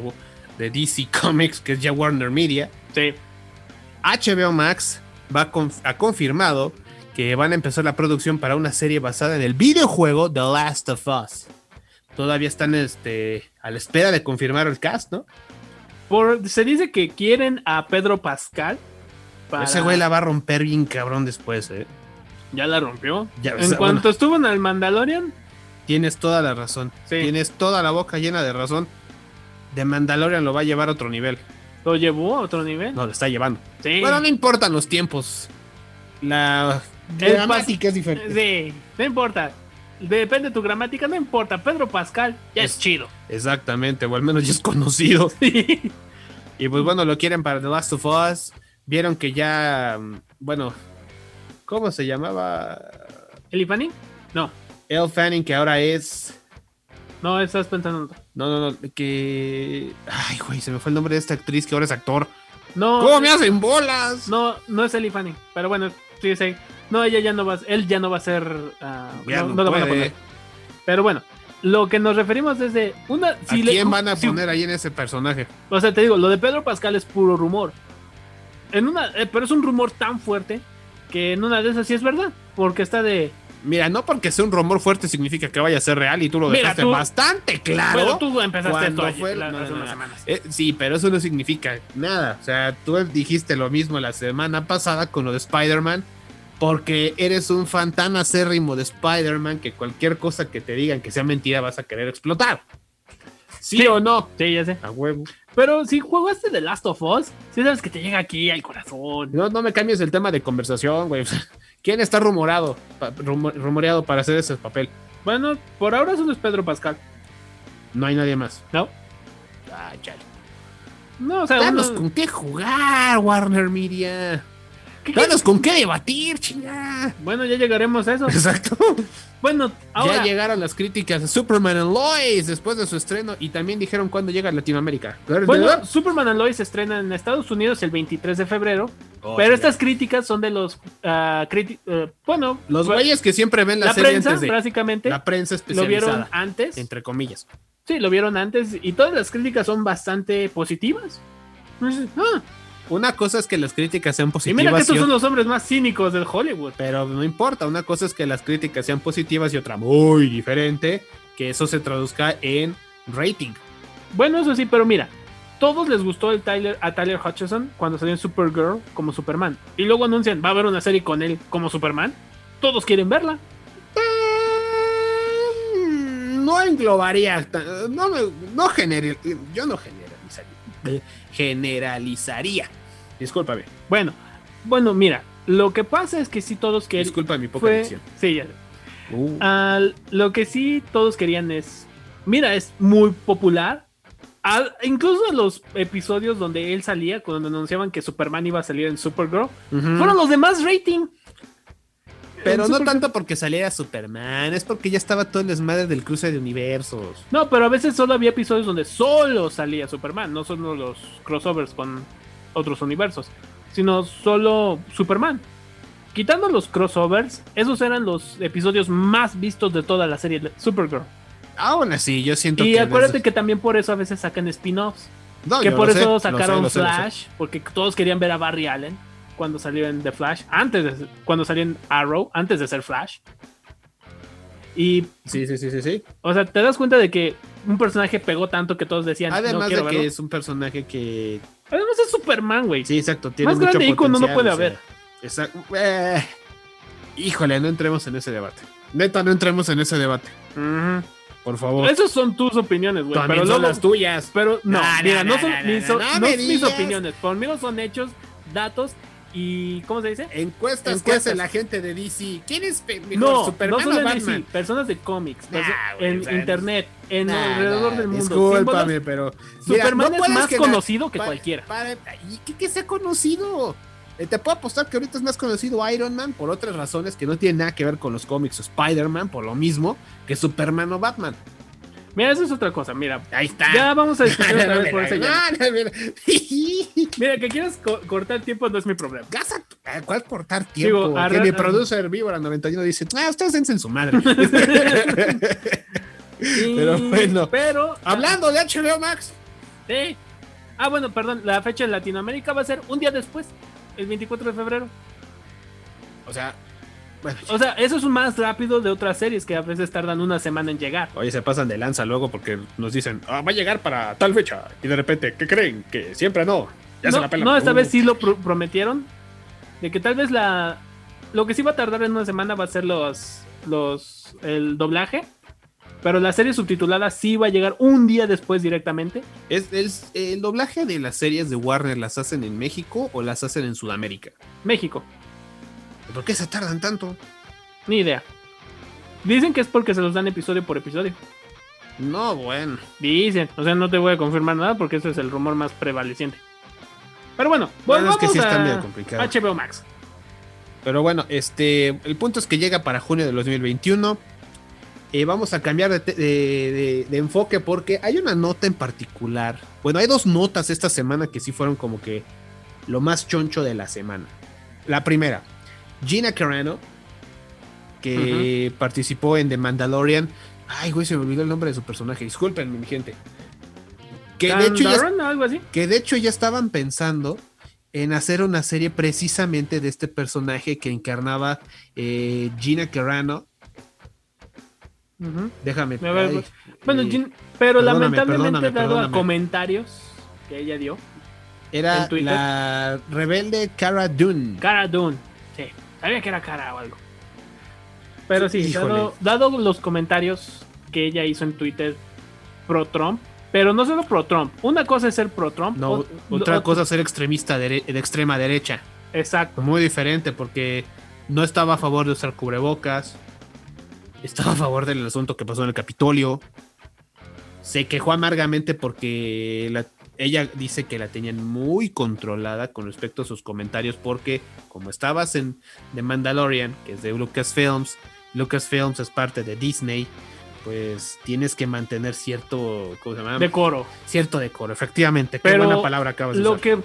[SPEAKER 4] de DC Comics, que es ya Warner Media.
[SPEAKER 5] Sí,
[SPEAKER 4] HBO Max va a conf- ha confirmado que van a empezar la producción para una serie basada en el videojuego The Last of Us. Todavía están este, a la espera de confirmar el cast, ¿no?
[SPEAKER 5] Por, se dice que quieren a Pedro Pascal. para-
[SPEAKER 4] Ese güey la va a romper bien cabrón después, ¿eh?
[SPEAKER 5] Ya la rompió.
[SPEAKER 4] Ya, o
[SPEAKER 5] en
[SPEAKER 4] sea,
[SPEAKER 5] cuanto
[SPEAKER 4] bueno.
[SPEAKER 5] estuvo en el Mandalorian,
[SPEAKER 4] Tienes toda la razón.
[SPEAKER 5] Sí.
[SPEAKER 4] Tienes toda la boca llena de razón. De Mandalorian lo va a llevar a otro nivel.
[SPEAKER 5] lo llevó a otro nivel.
[SPEAKER 4] No, lo está llevando.
[SPEAKER 5] Sí.
[SPEAKER 4] Bueno, no importan los tiempos. La
[SPEAKER 5] El eh,
[SPEAKER 4] gramática es diferente.
[SPEAKER 5] Sí, no importa. Depende de tu gramática, no importa. Pedro Pascal ya es,
[SPEAKER 4] Es-
[SPEAKER 5] chido. (laughs)
[SPEAKER 4] Exactamente, o al menos ya es conocido.
[SPEAKER 5] Sí.
[SPEAKER 4] Y pues bueno, lo quieren para The Last of Us. Vieron que ya, mm, bueno, ¿cómo se llamaba?
[SPEAKER 5] ¿Eli Fanning? No,
[SPEAKER 4] El Fanning, que ahora es...
[SPEAKER 5] no, estás pensando en otro.
[SPEAKER 4] No, no, no, que... Ay, güey, se me fue el nombre de esta actriz que ahora es actor.
[SPEAKER 5] No,
[SPEAKER 4] ¿Cómo me hacen bolas?
[SPEAKER 5] no, no es Eli Fanning. Pero bueno, sí, sí. No, ella ya no va, él ya no va a ser. ah,
[SPEAKER 4] Ya
[SPEAKER 5] no,
[SPEAKER 4] no
[SPEAKER 5] no lo van a
[SPEAKER 4] puede.
[SPEAKER 5] poner. Pero bueno, lo que nos referimos es de una.
[SPEAKER 4] ¿A quién van a poner ahí en ese personaje?
[SPEAKER 5] O sea, te digo, lo de Pedro Pascal es puro rumor. En una, eh, pero es un rumor tan fuerte que en una de esas sí es verdad, porque está de.
[SPEAKER 4] Mira, no porque sea un rumor fuerte significa que vaya a ser real y tú lo
[SPEAKER 5] Mira,
[SPEAKER 4] dejaste
[SPEAKER 5] tú-
[SPEAKER 4] bastante claro.
[SPEAKER 5] Bueno, tú empezaste
[SPEAKER 4] cuando
[SPEAKER 5] esto ayer,
[SPEAKER 4] fue-
[SPEAKER 5] la-
[SPEAKER 4] no,
[SPEAKER 5] hace
[SPEAKER 4] no,
[SPEAKER 5] unas
[SPEAKER 4] no.
[SPEAKER 5] semanas.
[SPEAKER 4] Eh, sí, pero eso no significa nada. O sea, tú dijiste lo mismo la semana pasada con lo de Spider-Man, porque eres un fan tan acérrimo de Spider-Man que cualquier cosa que te digan que sea mentira vas a querer explotar. ¿Sí,
[SPEAKER 5] Sí.
[SPEAKER 4] o no?
[SPEAKER 5] Sí, ya sé.
[SPEAKER 4] A huevo.
[SPEAKER 5] Pero si jugaste The Last of Us, si sabes que te llega aquí al corazón.
[SPEAKER 4] No, no me cambies el tema de conversación, güey. (laughs) ¿Quién está rumorado, pa- rumo- rumoreado para hacer ese papel?
[SPEAKER 5] Bueno, por ahora eso no es Pedro Pascal,
[SPEAKER 4] No hay nadie más.
[SPEAKER 5] ¿no?
[SPEAKER 4] Ah, chale.
[SPEAKER 5] No, o sea,
[SPEAKER 4] Danos
[SPEAKER 5] uno-
[SPEAKER 4] con qué jugar, Warner Media.
[SPEAKER 5] ¿qué- qué?
[SPEAKER 4] Danos con qué debatir, chingada.
[SPEAKER 5] bueno, ya llegaremos a eso.
[SPEAKER 4] (laughs) Exacto.
[SPEAKER 5] Bueno, ahora
[SPEAKER 4] Ya llegaron las críticas a Superman and Lois después de su estreno y también dijeron cuándo llega a Latinoamérica.
[SPEAKER 5] Bueno, Superman and Lois se estrena en Estados Unidos el 23 de febrero,
[SPEAKER 4] Oh,
[SPEAKER 5] pero estas críticas son de los ah, criti- eh, bueno,
[SPEAKER 4] los
[SPEAKER 5] bueno,
[SPEAKER 4] güeyes que siempre ven la,
[SPEAKER 5] la
[SPEAKER 4] serie
[SPEAKER 5] prensa
[SPEAKER 4] antes de
[SPEAKER 5] básicamente
[SPEAKER 4] la prensa
[SPEAKER 5] lo
[SPEAKER 4] especializada,
[SPEAKER 5] vieron antes,
[SPEAKER 4] entre comillas.
[SPEAKER 5] sí, lo vieron antes y todas las críticas son bastante positivas. Entonces, ah,
[SPEAKER 4] Una cosa es que las críticas sean
[SPEAKER 5] y
[SPEAKER 4] positivas,
[SPEAKER 5] mira que estos
[SPEAKER 4] y
[SPEAKER 5] son
[SPEAKER 4] ot-
[SPEAKER 5] los hombres más cínicos del Hollywood.
[SPEAKER 4] pero no importa. Una cosa es que las críticas sean positivas y otra muy diferente que eso se traduzca en rating.
[SPEAKER 5] Bueno, eso sí, pero mira, todos les gustó el Tyler, a Tyler Hutchison cuando salió en Supergirl como Superman. Y luego anuncian, va a haber una serie con él como Superman. Todos quieren verla.
[SPEAKER 4] Mm, no englobaría, ta- no, me- no gener- yo no generalizaría, eh, generalizaría. Discúlpame,
[SPEAKER 5] Bueno, bueno, mira, lo que pasa es que sí todos querían...
[SPEAKER 4] disculpa mi poca
[SPEAKER 5] Fue, Ah,
[SPEAKER 4] dicción.
[SPEAKER 5] sí, ya.
[SPEAKER 4] Uh,
[SPEAKER 5] Al- lo que sí todos querían es, mira, es muy popular. Al- incluso en los episodios donde él salía, cuando anunciaban que Superman iba a salir en Supergirl,
[SPEAKER 4] Uh, ujú.
[SPEAKER 5] fueron los demás rating.
[SPEAKER 4] Mm. pero
[SPEAKER 5] en
[SPEAKER 4] no
[SPEAKER 5] Supergirl-
[SPEAKER 4] tanto porque saliera Superman, es porque ya estaba todo el desmadre del cruce de universos.
[SPEAKER 5] No, pero a veces solo había episodios donde solo salía Superman, no solo los crossovers con otros universos, sino solo Superman. Quitando los crossovers, esos eran los episodios más vistos de toda la serie de Supergirl.
[SPEAKER 4] Aún así, yo siento
[SPEAKER 5] Y
[SPEAKER 4] que...
[SPEAKER 5] acuérdate que también por eso a veces sacan spin-offs.
[SPEAKER 4] No,
[SPEAKER 5] que
[SPEAKER 4] yo
[SPEAKER 5] por
[SPEAKER 4] lo sé,
[SPEAKER 5] eso
[SPEAKER 4] lo sé,
[SPEAKER 5] sacaron
[SPEAKER 4] lo sé, lo sé.
[SPEAKER 5] Flash, porque todos querían ver a Barry Allen cuando salió en The Flash, antes de, cuando salió en Arrow, antes de ser Flash. Y
[SPEAKER 4] Sí, sí, sí, sí, sí.
[SPEAKER 5] o sea, te das cuenta de que un personaje pegó tanto que todos decían, no
[SPEAKER 4] Además de
[SPEAKER 5] quiero
[SPEAKER 4] que
[SPEAKER 5] verlo.
[SPEAKER 4] es un personaje que
[SPEAKER 5] Además es Superman, güey.
[SPEAKER 4] Sí, exacto. Tiene
[SPEAKER 5] Más
[SPEAKER 4] mucho
[SPEAKER 5] grande ícono no
[SPEAKER 4] potencial,
[SPEAKER 5] puede
[SPEAKER 4] o sea,
[SPEAKER 5] haber.
[SPEAKER 4] exacto. Eh, híjole, no entremos en ese debate. Neta, no entremos en ese debate. Por favor.
[SPEAKER 5] Esas son tus opiniones, güey.
[SPEAKER 4] Pues, También
[SPEAKER 5] Pero
[SPEAKER 4] son
[SPEAKER 5] luego-
[SPEAKER 4] las tuyas.
[SPEAKER 5] Pero no,
[SPEAKER 4] No, no,
[SPEAKER 5] mira, no,
[SPEAKER 4] no,
[SPEAKER 5] son,
[SPEAKER 4] no,
[SPEAKER 5] mis,
[SPEAKER 4] no, no, no
[SPEAKER 5] no
[SPEAKER 4] me
[SPEAKER 5] es mis
[SPEAKER 4] digas.
[SPEAKER 5] opiniones. Conmigo son hechos, datos y. ¿Cómo se dice?
[SPEAKER 4] Encuestas, que
[SPEAKER 5] Encuestas.
[SPEAKER 4] hace la gente de DC. ¿Quién es pe- mejor,
[SPEAKER 5] No, no
[SPEAKER 4] Superman
[SPEAKER 5] solo
[SPEAKER 4] o
[SPEAKER 5] en
[SPEAKER 4] Batman?
[SPEAKER 5] DC, personas de cómics,
[SPEAKER 4] Nah,
[SPEAKER 5] perso-
[SPEAKER 4] güey,
[SPEAKER 5] en
[SPEAKER 4] o sea,
[SPEAKER 5] internet, en
[SPEAKER 4] Nah,
[SPEAKER 5] alrededor
[SPEAKER 4] nah,
[SPEAKER 5] del mundo.
[SPEAKER 4] Discúlpame,
[SPEAKER 5] símbolos.
[SPEAKER 4] pero. mira,
[SPEAKER 5] Superman
[SPEAKER 4] no
[SPEAKER 5] es
[SPEAKER 4] puedes
[SPEAKER 5] más
[SPEAKER 4] generar-
[SPEAKER 5] conocido que
[SPEAKER 4] Pa-
[SPEAKER 5] cualquiera.
[SPEAKER 4] para- ¿Y qué que sea conocido? Eh, Te puedo apostar que ahorita es más conocido Iron Man por otras razones que no tienen nada que ver con los cómics o Spider-Man, por lo mismo que Superman o Batman.
[SPEAKER 5] Mira, eso es otra cosa. Mira,
[SPEAKER 4] Ahí está.
[SPEAKER 5] ya vamos a discutir otra
[SPEAKER 4] (laughs)
[SPEAKER 5] vez por ese llano.
[SPEAKER 4] Gasa,
[SPEAKER 5] Mira, que quieras co- cortar tiempo no es mi problema.
[SPEAKER 4] eh, ¿cuál cortar
[SPEAKER 5] Digo,
[SPEAKER 4] tiempo? que
[SPEAKER 5] arran-
[SPEAKER 4] mi producer Víbora 91 dice, ah, ustedes dense en su
[SPEAKER 5] (laughs)
[SPEAKER 4] madre. (laughs)
[SPEAKER 5] Y-
[SPEAKER 4] Pero bueno.
[SPEAKER 5] Pero.
[SPEAKER 4] Hablando de HBO Max,
[SPEAKER 5] Sí. Ah, bueno, perdón, la fecha en Latinoamérica va a ser un día después, el 24 de febrero.
[SPEAKER 4] o sea, bueno,
[SPEAKER 5] O sea, eso es más rápido de otras series que a veces tardan una semana en llegar.
[SPEAKER 4] oye, se pasan de lanza luego porque nos dicen, "Ah, va a llegar para tal fecha. Y de repente, ¿qué creen? Que siempre no. Ya se
[SPEAKER 5] no,
[SPEAKER 4] la pelan.
[SPEAKER 5] no, esta
[SPEAKER 4] Uh,
[SPEAKER 5] vez sí lo pro- prometieron. De que tal vez la Lo que sí va a tardar en una semana va a ser los, los, el doblaje. Pero la serie subtitulada sí va a llegar un día después directamente.
[SPEAKER 4] ¿Es, es- ¿El doblaje de las series de Warner las hacen en México o las hacen en Sudamérica?
[SPEAKER 5] México,
[SPEAKER 4] ¿Por qué se tardan tanto?
[SPEAKER 5] ni idea. Dicen que es porque se los dan episodio por episodio.
[SPEAKER 4] No, bueno.
[SPEAKER 5] Dicen, o sea, no te voy a confirmar nada porque ese es el rumor más prevaleciente. Pero bueno,
[SPEAKER 4] Bueno,
[SPEAKER 5] volvamos
[SPEAKER 4] es que sí está
[SPEAKER 5] a
[SPEAKER 4] medio complicado.
[SPEAKER 5] HBO Max.
[SPEAKER 4] Pero bueno, este, el punto es que llega para junio del 2021. Eh, vamos a cambiar de, te- de- de- de enfoque porque hay una nota en particular. Bueno, hay dos notas esta semana que sí fueron como que lo más choncho de la semana. La primera, Gina Carano, que participó en The Mandalorian. Ay, güey, se me olvidó el nombre de su personaje. Disculpen, mi gente. Que de hecho ya
[SPEAKER 5] Tandaron, algo así.
[SPEAKER 4] que de hecho ya estaban pensando en hacer una serie precisamente de este personaje que encarnaba eh, Gina Carano.
[SPEAKER 5] Ujú.
[SPEAKER 4] Déjame.
[SPEAKER 5] A ver,
[SPEAKER 4] ay,
[SPEAKER 5] Bueno,
[SPEAKER 4] eh,
[SPEAKER 5] Jin- pero
[SPEAKER 4] perdóname,
[SPEAKER 5] lamentablemente
[SPEAKER 4] perdóname,
[SPEAKER 5] dado a
[SPEAKER 4] perdóname.
[SPEAKER 5] comentarios que ella dio,
[SPEAKER 4] era
[SPEAKER 5] en Twitter.
[SPEAKER 4] la rebelde Cara Dune.
[SPEAKER 5] Cara Dune, sí, sabía que era cara o algo. Pero sí,
[SPEAKER 4] Híjole.
[SPEAKER 5] dado, dado los comentarios que ella hizo en Twitter pro Trump, pero no solo pro Trump, una cosa es ser pro Trump,
[SPEAKER 4] no,
[SPEAKER 5] ot-
[SPEAKER 4] otra
[SPEAKER 5] ot-
[SPEAKER 4] cosa ser extremista dere- de extrema derecha.
[SPEAKER 5] exacto,
[SPEAKER 4] Muy diferente porque no estaba a favor de usar cubrebocas. Estaba a favor del asunto que pasó en el Capitolio. Se quejó amargamente porque la- ella dice que la tenían muy controlada con respecto a sus comentarios porque como estabas en The Mandalorian, que es de Lucasfilms, Lucasfilms es parte de Disney, pues tienes que mantener cierto, ¿cómo se llama?
[SPEAKER 5] decoro.
[SPEAKER 4] cierto decoro, efectivamente. Qué
[SPEAKER 5] Pero
[SPEAKER 4] buena palabra acabas de
[SPEAKER 5] Lo
[SPEAKER 4] usar.
[SPEAKER 5] que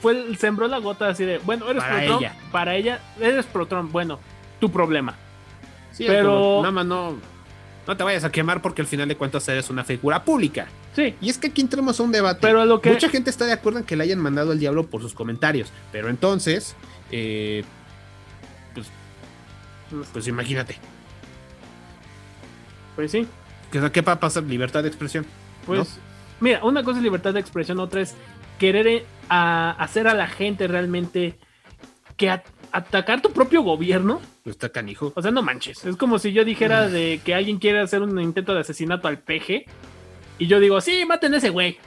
[SPEAKER 5] fue el- sembró la gota así de, bueno, eres
[SPEAKER 4] pues, Para
[SPEAKER 5] pro Trump,
[SPEAKER 4] ella.
[SPEAKER 5] para ella eres pro Trump, bueno, tu problema.
[SPEAKER 4] Sí,
[SPEAKER 5] Pero-
[SPEAKER 4] pero nada más no, no te vayas a quemar porque al final de cuentas eres una figura pública.
[SPEAKER 5] Sí,
[SPEAKER 4] Y es que aquí entramos a un debate.
[SPEAKER 5] pero lo que
[SPEAKER 4] Mucha gente está de acuerdo en que le hayan mandado al diablo por sus comentarios. Pero entonces, eh, pues, pues imagínate.
[SPEAKER 5] pues sí,
[SPEAKER 4] ¿Qué, ¿Qué va a pasar? Libertad de expresión.
[SPEAKER 5] Pues, mira, una cosa es libertad de expresión, otra es querer eh, a- hacer a la gente realmente que at- atacar tu propio gobierno.
[SPEAKER 4] Pues está canijo.
[SPEAKER 5] O sea, no manches. Es como si yo dijera de que alguien quiere hacer un intento de asesinato al peje. Y yo digo, sí, maten a ese güey.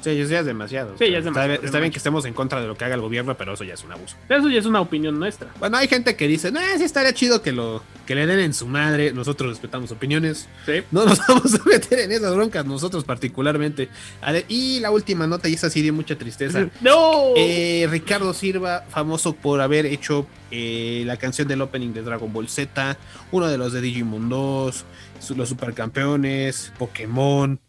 [SPEAKER 4] Sí, ya ya es demasiado.
[SPEAKER 5] Sí, ya es
[SPEAKER 4] Está
[SPEAKER 5] demasiado,
[SPEAKER 4] bien-
[SPEAKER 5] no
[SPEAKER 4] Está, bien
[SPEAKER 5] manches.
[SPEAKER 4] que estemos en contra de lo que haga el gobierno, pero eso ya es un abuso.
[SPEAKER 5] Eso ya es una opinión nuestra.
[SPEAKER 4] Bueno, hay gente que dice, no, sí estaría chido que lo que le den en su madre. Nosotros respetamos opiniones.
[SPEAKER 5] Sí.
[SPEAKER 4] No nos (laughs) vamos a meter en esas broncas nosotros particularmente. A ver, y la última nota, y esa sí dio mucha tristeza.
[SPEAKER 5] ¡No!
[SPEAKER 4] Eh, Ricardo Silva, famoso por haber hecho eh, la canción del opening de Dragon Ball Z, uno de los de Digimon 2, su- los supercampeones, Pokémon.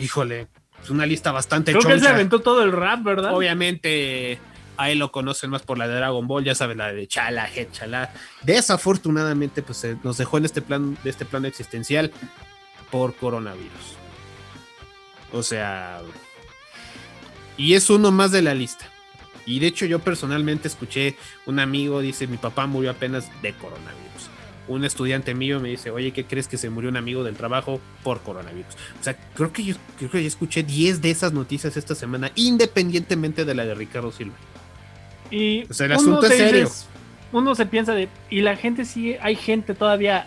[SPEAKER 4] Híjole, es una lista bastante
[SPEAKER 5] Creo que él se
[SPEAKER 4] choncha.
[SPEAKER 5] aventó todo el rap, ¿verdad?
[SPEAKER 4] Obviamente, a él lo conocen más por la de Dragon Ball, ya sabes, la de Chala, Head, Chala. Desafortunadamente, pues eh, nos dejó en este plan, de este plano existencial por coronavirus. O sea. Y es uno más de la lista. Y de hecho, yo personalmente escuché un amigo, dice: Mi papá murió apenas de coronavirus. Un estudiante mío me dice, oye, ¿qué crees que se murió un amigo del trabajo por coronavirus? O sea, creo que yo creo que ya escuché 10 de esas noticias esta semana, independientemente de la de Ricardo Silva.
[SPEAKER 5] Y
[SPEAKER 4] O sea, el
[SPEAKER 5] uno
[SPEAKER 4] asunto es
[SPEAKER 5] te
[SPEAKER 4] serio.
[SPEAKER 5] dices- uno se piensa de. Y la gente sigue. Hay gente todavía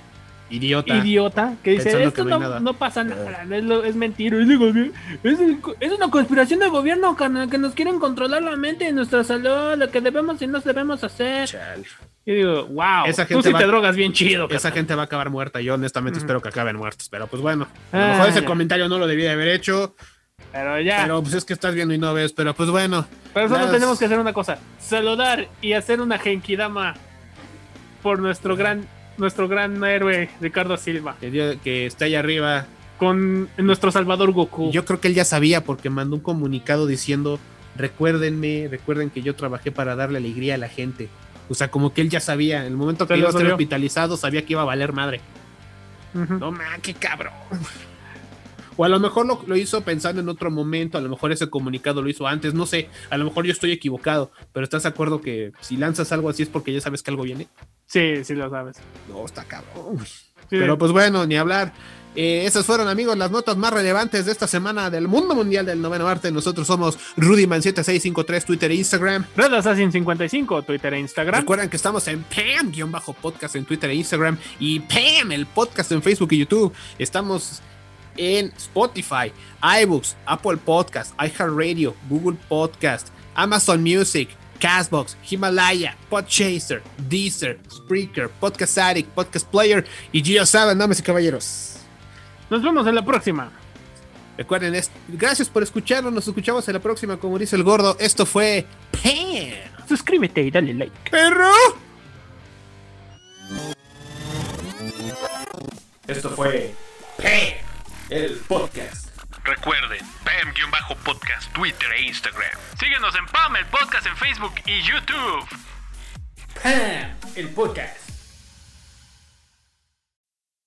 [SPEAKER 4] Idiota.
[SPEAKER 5] idiota que dice
[SPEAKER 4] Pensando
[SPEAKER 5] esto
[SPEAKER 4] que no hay
[SPEAKER 5] no,
[SPEAKER 4] nada". Ah.
[SPEAKER 5] no pasa nada, es, lo- es mentira, es, el gobi- es el co- es una conspiración del gobierno carnal, que nos quieren controlar la mente y nuestra salud, lo que debemos y no debemos hacer.
[SPEAKER 4] Chale.
[SPEAKER 5] Y digo, wow,
[SPEAKER 4] Esa
[SPEAKER 5] tú
[SPEAKER 4] gente
[SPEAKER 5] sí
[SPEAKER 4] va-
[SPEAKER 5] te drogas bien chido.
[SPEAKER 4] Esa
[SPEAKER 5] carnal".
[SPEAKER 4] gente va a acabar muerta. Yo honestamente
[SPEAKER 5] Ujú.
[SPEAKER 4] espero que acaben muertos. Pero pues bueno, a
[SPEAKER 5] Ah,
[SPEAKER 4] lo mejor ese
[SPEAKER 5] ya.
[SPEAKER 4] comentario no lo debía de haber hecho.
[SPEAKER 5] Pero ya, pero,
[SPEAKER 4] Pero pues es que estás viendo y no ves. Pero pues bueno.
[SPEAKER 5] solo
[SPEAKER 4] nada,
[SPEAKER 5] tenemos que hacer una cosa, saludar y hacer una genkidama por
[SPEAKER 4] Ah.
[SPEAKER 5] nuestro gran nuestro gran héroe Ricardo Silva
[SPEAKER 4] que Dios- que está allá arriba.
[SPEAKER 5] con nuestro Salvador Goku.
[SPEAKER 4] Yo creo que él ya sabía porque mandó un comunicado diciendo, recuérdenme, recuerden que yo trabajé para darle alegría a la gente. O sea, como que él ya sabía, el momento
[SPEAKER 5] Se
[SPEAKER 4] que
[SPEAKER 5] le
[SPEAKER 4] iba a ser
[SPEAKER 5] dolió.
[SPEAKER 4] hospitalizado, sabía que iba a valer madre.
[SPEAKER 5] Ujú.
[SPEAKER 4] No ma, qué cabrón. O a lo mejor lo, lo hizo pensando en otro momento, a lo mejor ese comunicado lo hizo antes, no sé, a lo mejor yo estoy equivocado, pero estás de acuerdo que si lanzas algo así es porque ya sabes que algo viene.
[SPEAKER 5] Sí, sí lo sabes.
[SPEAKER 4] No, está cabrón. Pero pues bueno, ni hablar. Eh, esas fueron, amigos, las notas más relevantes de esta semana del mundo mundial del noveno arte. Nosotros somos Rudyman7653, Twitter e Instagram.
[SPEAKER 5] Red Assassin 55, Twitter e Instagram.
[SPEAKER 4] Recuerden que estamos en E PAM-podcast en Twitter e Instagram y PAM, el podcast en Facebook y YouTube. Estamos en Spotify, iBooks, Apple Podcast, iHeartRadio, Google Podcast, Amazon Music, Castbox, Himalaya, Podchaser, Deezer, Spreaker, Podcast Addict, Podcast Player y GeoSaban, damas y caballeros.
[SPEAKER 5] Nos vemos en la próxima.
[SPEAKER 4] Recuerden, es- gracias por escucharnos. Nos escuchamos en la próxima, como dice el gordo. Esto fue E PAM.
[SPEAKER 5] Suscríbete y dale like.
[SPEAKER 4] ¡Perro!
[SPEAKER 6] Esto fue PAM, el podcast.
[SPEAKER 2] Recuerden, PAM-podcast, Twitter e Instagram.
[SPEAKER 5] Síguenos en PAM, el podcast en Facebook y YouTube.
[SPEAKER 6] PAM, el podcast.